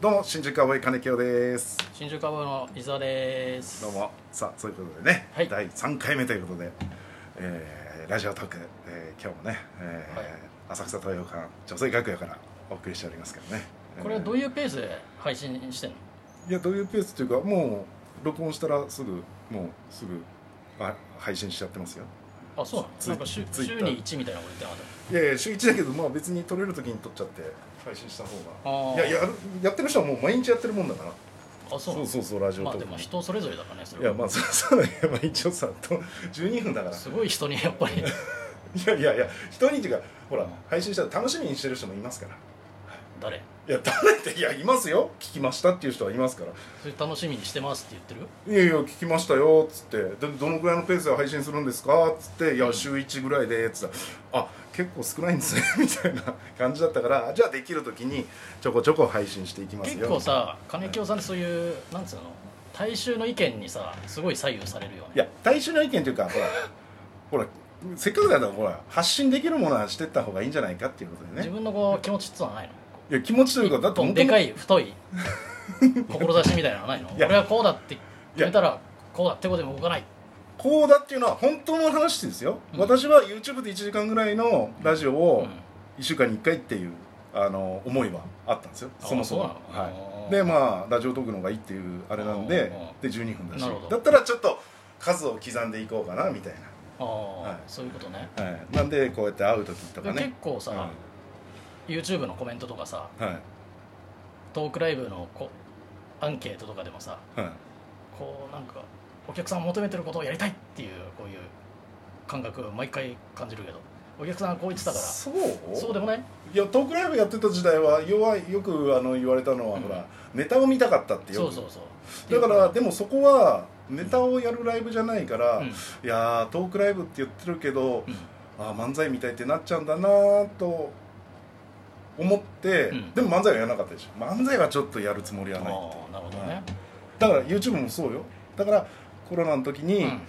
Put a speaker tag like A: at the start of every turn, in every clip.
A: どうも新宿アボイ金清です
B: 新宿アボイの伊沢です
A: どうもさあということでね、
B: はい
A: 第3回目ということで、えーラジオトーク、えー今日もね、えー
B: はい
A: 浅草東洋館女性楽屋からお送りしておりますけどね
B: これはどう
A: い
B: いうペースで配信してんの
A: いやどういうペースというかもう録音したらすぐもうすぐあ配信しちゃってますよ
B: あそうなの
A: ツイ
B: なんか週
A: ツイッ
B: 週
A: ター
B: に1みたいなこと言ってなかっ
A: いやいや週1だけどまあ別に撮れる時に撮っちゃって配信した方
B: あー
A: がいややるやってる人はもう毎日やってるもんだから
B: たあそうな
A: そうそ
B: の
A: うそうラジオ
B: ま
A: ト
B: あ
A: ー
B: で
A: ク、
B: も人それぞれだからねそ
A: い
B: れ
A: や
B: は
A: まあそ そうだね、まあ、一応さと12分だから
B: すごい人にやっぱり
A: いやいやいや人にっていうかほら配信したら楽しみにしてる人もいますから
B: 誰
A: いや誰っていやいますよ聞きましたっていう人はいますから
B: それ楽しみにしてますって言ってる
A: いやいや聞きましたよっつってでどのぐらいのペースで配信するんですかっつっていや週1ぐらいでっつったらあ結構少ないんですね みたいな感じだったからじゃあできる時にちょこちょこ配信していきますよ
B: 結構さ金清さんってそういうなんつうの大衆の意見にさすごい左右されるよね
A: いや大衆の意見というかほらほらせっかくだからほら発信できるものはしてった方がいいんじゃないかっていうことで
B: 自
A: ね
B: 分のこう気持ちっつうのはないの
A: いや気持ちというかだって
B: こ
A: 本
B: う
A: 当
B: で
A: に
B: かい太い 志みたいなのはないの
A: いや
B: 俺はこうだって決めたらこうだってことでも動かない
A: こうだっていうのは本当の話ですよ、
B: うん
A: 私は YouTube で1時間ぐらいのラジオ
B: う
A: を
B: ん
A: 1週間に1回っていうあの思いはあったんですよ
B: あ
A: そもそも
B: そうなの
A: は
B: あー
A: い、でまあラジオトークの方がいいっていうあれなんで
B: あ
A: で12分だし
B: なるほど
A: だったらちょっと数を刻んでいこうかなみたい
B: ああ、
A: はい
B: そういうことね
A: な、はい、なんでこうやって会う時とか
B: 結
A: ね
B: 構さ、YouTube のコメントとかさ
A: うんはい
B: トークライブのこアンケートとかでもさ
A: はい
B: こうなんかお客さん求めてることをやりたいっていうこういう感覚を毎回感じるけどお客さんはこう言ってたからそ
A: そう
B: うでもない
A: いやトークライブやってた時代は弱いよくあの言われたのは、
B: うん
A: ほらネタを見たかったってよ
B: そ
A: く
B: うそうそう
A: だからでもそこはネタをやるライブじゃないから、
B: うん
A: いやートークライブって言ってるけど、
B: うん
A: あー漫才みたいってなっちゃうんだなーと思って、
B: うん
A: でも漫才はやらなかったでしょ漫才はちょっとやるつもりは
B: ああ
A: ない
B: なるほどね、
A: だから YouTube もそうよだからコロナの時に、
B: うん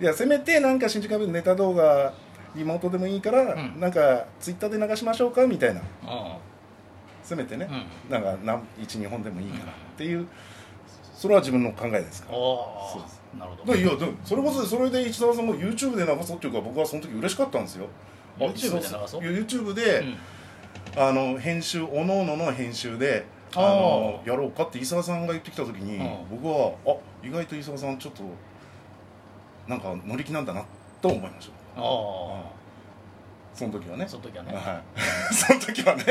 A: いやせめてなんか新宿アブネタ動画リモートでもいいから、
B: うん
A: なんかツイッターで流しましょうかみたいなせめてね
B: うん、うん
A: なんか何12本でもいいからっていうそれは自分の考えですから
B: あ
A: そうです
B: あなるほど
A: でいやでもそれこそそれで石澤さんも YouTube で流そうっていうか僕はその時嬉しかったんですよ
B: YouTube で流そう
A: あいや YouTube で、
B: うん
A: あの編集おのおのの編集であ
B: あー
A: のやろうかって石澤さんが言ってきた時に、
B: うん
A: 僕はあ意外と石澤さんちょっとなんか乗り気なんだなと思いました
B: ああ
A: その時はね
B: その時はね、
A: はい その時はね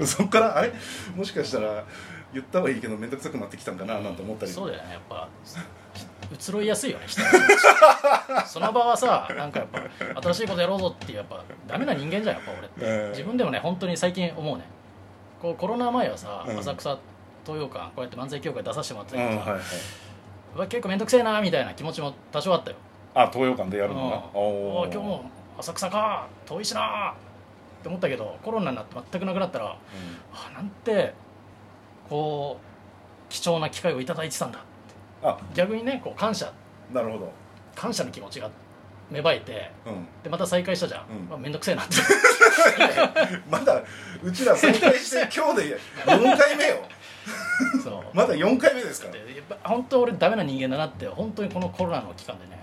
B: うん
A: そっからあれもしかしたら言ったはいいけど面倒くさくなってきたんかななんて思ったり
B: そうだよねやっぱ移ろいやすいよね人その場はさなんかやっぱ新しいことやろうぞっていうやっぱダメな人間じゃんやっぱ俺って、
A: ええ
B: 自分でもね本当に最近思うねこうコロナ前はさ、
A: うん
B: 浅草東洋館こうやって漫才協会出させてもらって
A: う
B: た
A: ん
B: けど
A: は
B: さ
A: い、はい
B: うん結構面倒くせえなみたいな気持ちも多少あったよ
A: あ東洋館でやるのか
B: うんおー今日も浅草か遠いしなって思ったけどコロナになって全くなくなったらあなんてこう貴重な機会をいただいてたんだ
A: うんあ
B: 逆にねこう感謝
A: なるほど
B: 感謝の気持ちが芽生えて
A: うん
B: でまた再会したじゃん、
A: うん
B: まあ、めんどくせえなって
A: まだうちら再開して今日で4回目よ
B: そう
A: まだ4回目ですから
B: でやっぱ本当俺ダメな人間だなって本当にこのコロナの期間でね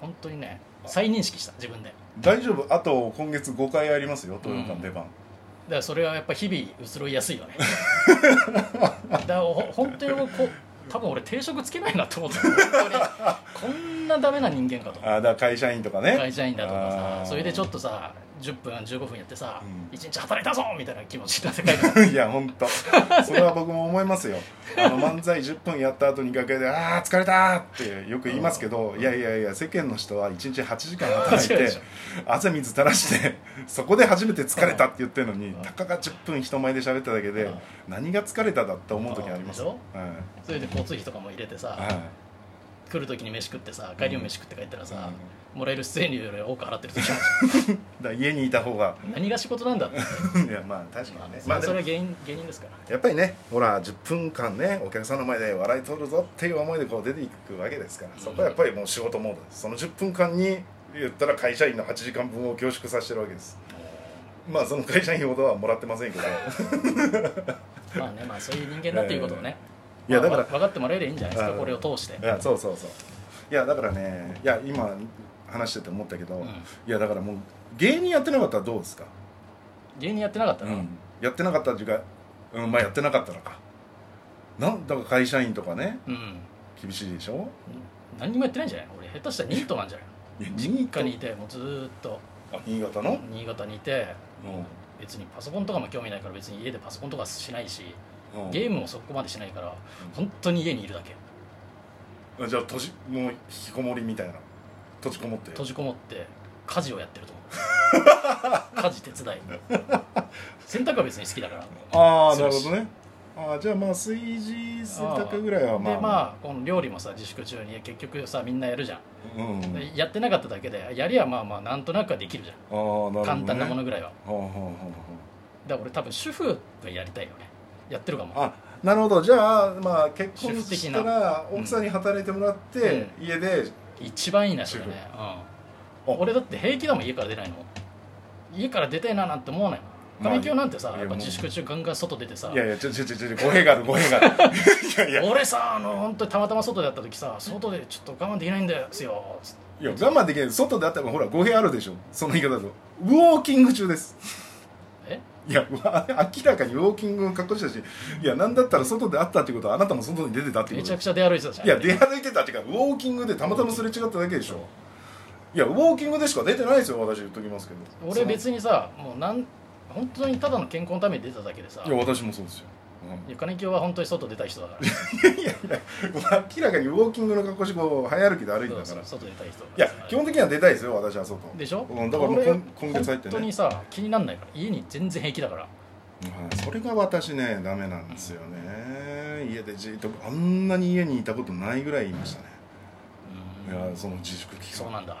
B: 本当にね再認識した自分でだか
A: 大丈夫あと今月5回ありますよ東洋館出番、
B: らそれはやっぱ日々移ろいやす いよねだからほ本当にこう多分俺定職つけないなと思った本当にこんなダメな人間かと
A: ああだから会社員とかね
B: 会社員だとか
A: あー
B: さそれでちょっとさ10分15分やってさ、
A: うん
B: 一日働いたぞみたいな気持ちになって帰る
A: いや本当それは僕も思いますよあの漫才10分やった後に楽屋で「ああ疲れた!」ってよく言いますけど、いやいやいや世間の人は1日8時間働い
B: 間違い
A: て
B: でしょ
A: 汗水垂ら してそこで初めて疲れたって言ってるのに
B: うん
A: たかが10分人前で喋っただけで
B: うん
A: 何が疲れただって思う時あります
B: うん
A: よ、はい
B: それで交通費とかも入れてさ、
A: は
B: 来る時に飯食ってさ帰りも飯食って帰ったら
A: い
B: さ、もらえる出演料より多く払ってる時ある
A: だから家にいた方が
B: じゃん何が仕事なんだって、
A: いやまあ確かにね、ま
B: まあ、
A: あ、で
B: それ
A: も
B: は芸人芸人ですから
A: やっぱりねほら10分間ねお客さんの前で笑い取るぞっていう思いでこう出ていくわけですからそこはやっぱりもう仕事モードですその10分間に言ったら会社員の8時間分を凝縮させてるわけですまあその会社員ほどはもらってませんけど
B: まあねまあそういう人間だっていうことをね、
A: いや
B: まあ
A: だから
B: わ分かってもらえればいいんじゃないですか
A: うん
B: これを通して
A: いやそうそうそういやだからねいや今話してて思ったけど、
B: うん
A: いやだからもう芸人やってなかったらどうですか、
B: 芸人やってなかった
A: う
B: ら、
A: ん、やってなかったっていうか、うん、まあやってなかったのかなんだから会社員とかね
B: うん
A: 厳しいでしょ
B: 何にもやってないんじゃない俺下手したらニートなんじゃない
A: いや
B: 実家にい
A: 新
B: てもうずーっと
A: 潟あ新潟の、
B: 新潟にいて
A: うん
B: 別にパソコンとかも興味ないから別に家でパソコンとかしないし
A: うん
B: ゲームもそこまでしないから
A: うん
B: 本当に家にいるだけ
A: あじゃあ閉じもう引きこもりみたいな閉じこもって
B: 閉じこもって家事をやってると 思う家事手伝い洗濯は別に好きだから
A: ああ
B: す
A: な
B: る
A: る
B: し
A: ほどねああじゃあまあ炊事洗濯ぐらいはまあ
B: でまあこの料理もさ自粛中に結局さみんなやるじゃん、
A: うん、あ
B: でやってなかっただけでやりゃまあまあなんとなくはできるじゃん、
A: あーなるほど、ね、
B: 簡単なもの
A: は
B: ぐらいは
A: あ、はあは
B: だから俺多分主婦がやりたいよねやってるか
A: あ
B: も
A: はあ、あなるほどじゃあまあ結婚
B: 主婦的
A: した
B: な
A: ら奥さんに働いてもらって、家で
B: 一番いいなそれね、うん、俺だって平気だもん家から出ないの家から出たいななんて思わない
A: まあ
B: 神京なんてさ
A: いや
B: やっ
A: も
B: ぱ
A: う
B: 自粛中ガンガン外出てさ
A: いやいやちょちょちょちょ語弊がある語弊がある いやいや
B: 俺さあの本当にたまたま外でやった時さ外でちょっと我慢できないんですよつって
A: いや我慢できない外であったらほら語弊あるでしょその言い方だとウォーキング中です
B: え
A: いや うわ明らかにウォーキングを隠したしいや何だったら外であったってことはあなたも外に出てたっていうこ
B: めち
A: と
B: ゃ
A: で
B: くちゃ出歩いてたじゃん
A: いや出歩いてたっていうかウォーキングでたまたますれ違っただけでしょいやウォーキングでしか出てないですよ私言っときますけど
B: 俺別にさもうなん本当にただの健康のために出ただけでさ
A: いや私もそうですよ、うん
B: いや金清は本当に外出たい人だから
A: 明らかにウォーキングの格好してこう早歩きで歩いてたから
B: そうそう外出たい人
A: いや基本的には出たいですよ私は外
B: でしょ、
A: うん、だからもう
B: 俺
A: 今今月入って
B: 本当
A: ね
B: にさ気になんないから家に全然平気だから
A: はいそれが私ねダメなんですよね家でじっとあんなに家にいたことないぐらいいましたね
B: う
A: い
B: ん
A: やその自粛期
B: そう
A: 間
B: なんだ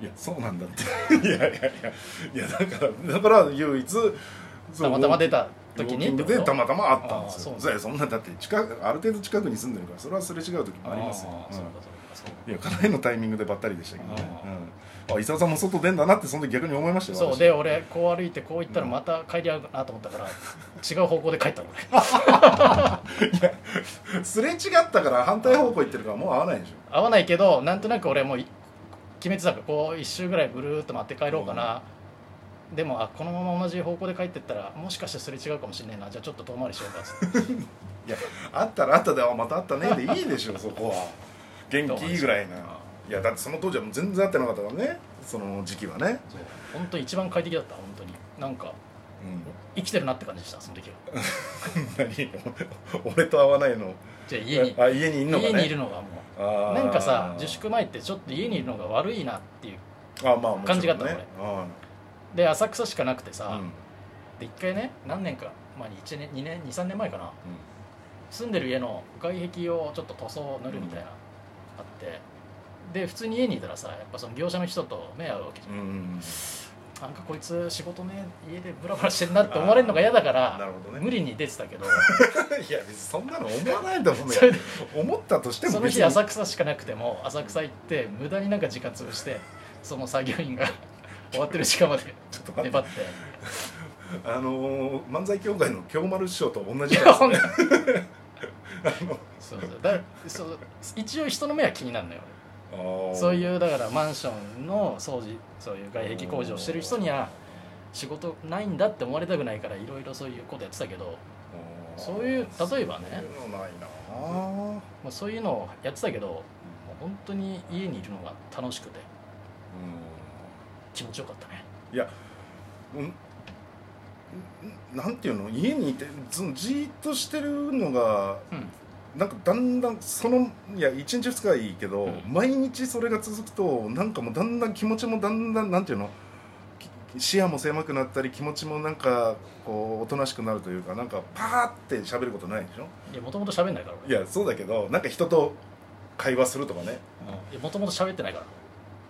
A: いやそうなんだって いやいやいやいやだからだから唯一
B: たまたま出た
A: ウォー
B: 時
A: キ
B: に
A: ン
B: って
A: グ
B: こと
A: でたまたまあったんですよ
B: あー
A: そ
B: そう
A: そんなだって近くある程度近くに住んでるからそれはすれ違う時もありますよ
B: あ、
A: う
B: ー
A: ん
B: そうかそうかそうか
A: いやかなりのタイミングでばったりでしたけどね
B: あ、
A: うん、あ伊沢さんも外出んだなってその時逆に思いましたよ
B: そう
A: 私
B: で俺こう歩いてこう行ったらまた帰り合うかなと思ったから違う方向で帰ったの俺
A: すれ違ったから反対方向行ってるからもう合わないでしょ
B: 合わないけどなんとなく俺もうい決めてたからこう一周ぐらいぐるーっと回って帰ろうかな、でもあこのまま同じ方向で帰ってったらもしかしてすれ違うかもしれないなじゃあちょっと遠回りしようかっつって
A: いやあったらあったであまたあったねでいいでし ょそ こは元気いいぐらいないやだってその当時はもう全然会ってなかったからねその時期はね、
B: そう本当に一番快適だった本当になんか
A: うん、
B: 生きてるなって感じでしたその時は
A: 何 俺と会わないの
B: じゃあ家に
A: あ家にいるのかね
B: 家にいるのがもう
A: あー
B: なんかさ自粛前ってちょっと家にいるのが悪いなっていう
A: あ、まあもちろんね、
B: 感じがあったの
A: あ
B: で浅草しかなくてさ、
A: あうん
B: で一回ね何年か前に1年2年23年前かな住んでる家の外壁をちょっと塗装塗るみたいな、あってで普通に家にいたらさやっぱその業者の人と目合うわけじ
A: うん、うん、
B: ゃん、なんかこいつ仕事ね家でブラブラしてんなって思われるのが嫌だか
A: あー な
B: ら
A: るほどね
B: 無理に出てた けど
A: いや別にそんなの思わないと思う
B: それ
A: よ
B: で
A: 思ったとしても
B: その
A: 別
B: 日
A: に
B: 浅草しかなくても浅草行って無駄になんか時間潰してその作業員が 終わってる時間まで
A: ちょっと待
B: 粘
A: って
B: って
A: あのー、漫才協会の京丸師匠と同
B: い
A: じ
B: や
A: だ
B: ほんとそうそうだそう一応人の目は気になるのよ俺そう
A: う
B: いうだからマンションの掃除そういう外壁工事をしてる人には仕事ないんだって思われたくないからいろいろそういうことやってたけど、そういう例えばね
A: そういうのないなあ
B: まあ、そういうのをやってたけどもう本当に家にいるのが楽しくて気持ちよかったね
A: うんうんなんていうの家にいてそのじーっとしてるのが
B: うん
A: なんかだんだんそのいや1日2日はいいけど、
B: うん
A: 毎日それが続くとなんかもうだんだん気持ちもだんだんなんていうのき視野も狭くなったり気持ちもなんかこうおとなしくなるというかなんかパーって喋ることないでしょ
B: いやもともと喋んないから
A: いやそうだけどなんか人と会話するとかね
B: 俺もともと喋ってないか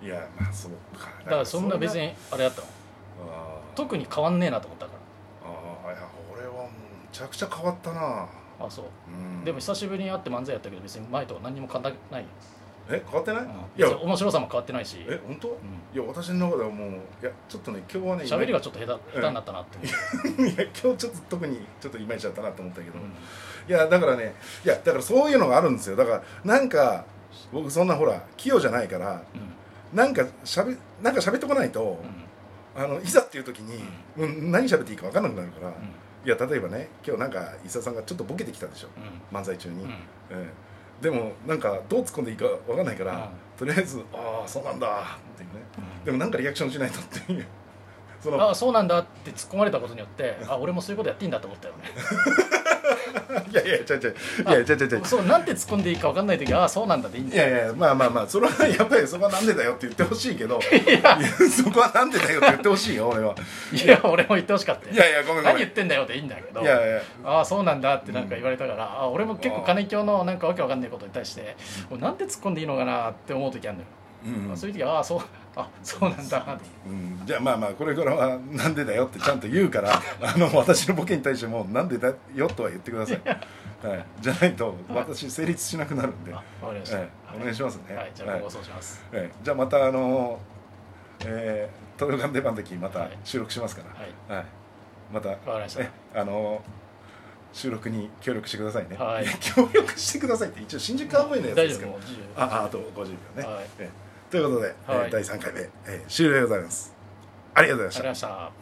B: ら
A: いやまあそうか
B: だからそんな別
A: れが
B: にあれだったの
A: あー
B: 特に変わんねえなと思ったか
A: あーいや俺はもうむちゃくちゃ変わったな、
B: らあそう
A: うん
B: でも久しぶりに会って漫才やったけど別に前とは何にも変わらないよ
A: え変わってない、
B: うん
A: い
B: 別
A: や
B: に面白さも変わってないし、
A: え本当、
B: うん
A: いや私の中ではもういやちょっとね今日はね
B: 喋り
A: が
B: がちょっと下手下手になったなって思
A: いや今日ちょっと特にちょっとイマイチだったなと思ったけど、
B: う、うん
A: いやだからねいやだからそういうのがあるんですよだからなんか僕そんなほら器用じゃないから
B: うん
A: なんかしゃべなんか喋ってこないと、あのいざっていう時に、うん、何喋っていいか分かんなくなるから、いや例えばね今日なんか伊沢さんがちょっとボケてきたでしょ
B: うん
A: 漫才中に、
B: うんうん
A: ええでもなんかどう突っ込んでいいか分かんないから、とりあえず「ああそうなんだ」っていうねでもなんかリアクションしないとっていうそ
B: うん
A: の
B: ああそうなんだって突っ込まれたことによってあ俺もそういうことやっていいんだと思ったよね
A: いやいや違う違ういや違う違う違う
B: そうなんて突っ込んでいいか分かんない時ああそうなんだでいいん
A: い
B: だよ
A: やいやまあまあまあそれはやっぱりそこはなんでだよって言ってほしいけ どいやそこはなんでだよって言ってほしいよ俺はい
B: や俺も言ってほしかったよ
A: いやいやごめんご
B: 何
A: め
B: 言
A: ん
B: ってんだよでいいんだけど
A: いやいや
B: ああそうなんだってなんか言われたから、あ俺も結構金京のなんかわけわかんないことに対してもうなんて突っ込んでいいのかなって思う時あるのよ、
A: うん
B: そういう時はああそうあそうなんだなって
A: うん、じゃあまあまあこれからは「なんでだよ」ってちゃんと言うからあの私のボケに対しても「なんでだよ」とは言ってください、 はい、じゃないと私成立しなくなるんで、
B: あ
A: は
B: わかりました、
A: い、お願いしますね、
B: はい、じゃあ
A: はい
B: 放送します、
A: ええじゃあまたあのえー、トヨガン出番の時ま
B: は
A: た
B: い
A: 収録しますか
B: はい
A: ら、はいまた
B: わかりました
A: えあの収録に協力してくださいね、
B: はい
A: や 協力してくださいって一応新宿アウェイのやつ
B: 大
A: です
B: 丈夫
A: けど
B: もう自由
A: あああと50秒ね、
B: はい
A: ええということで、えー
B: はい
A: 第3回目、えー終了でございますありがとうございまし
B: あ
A: た
B: りがとうございました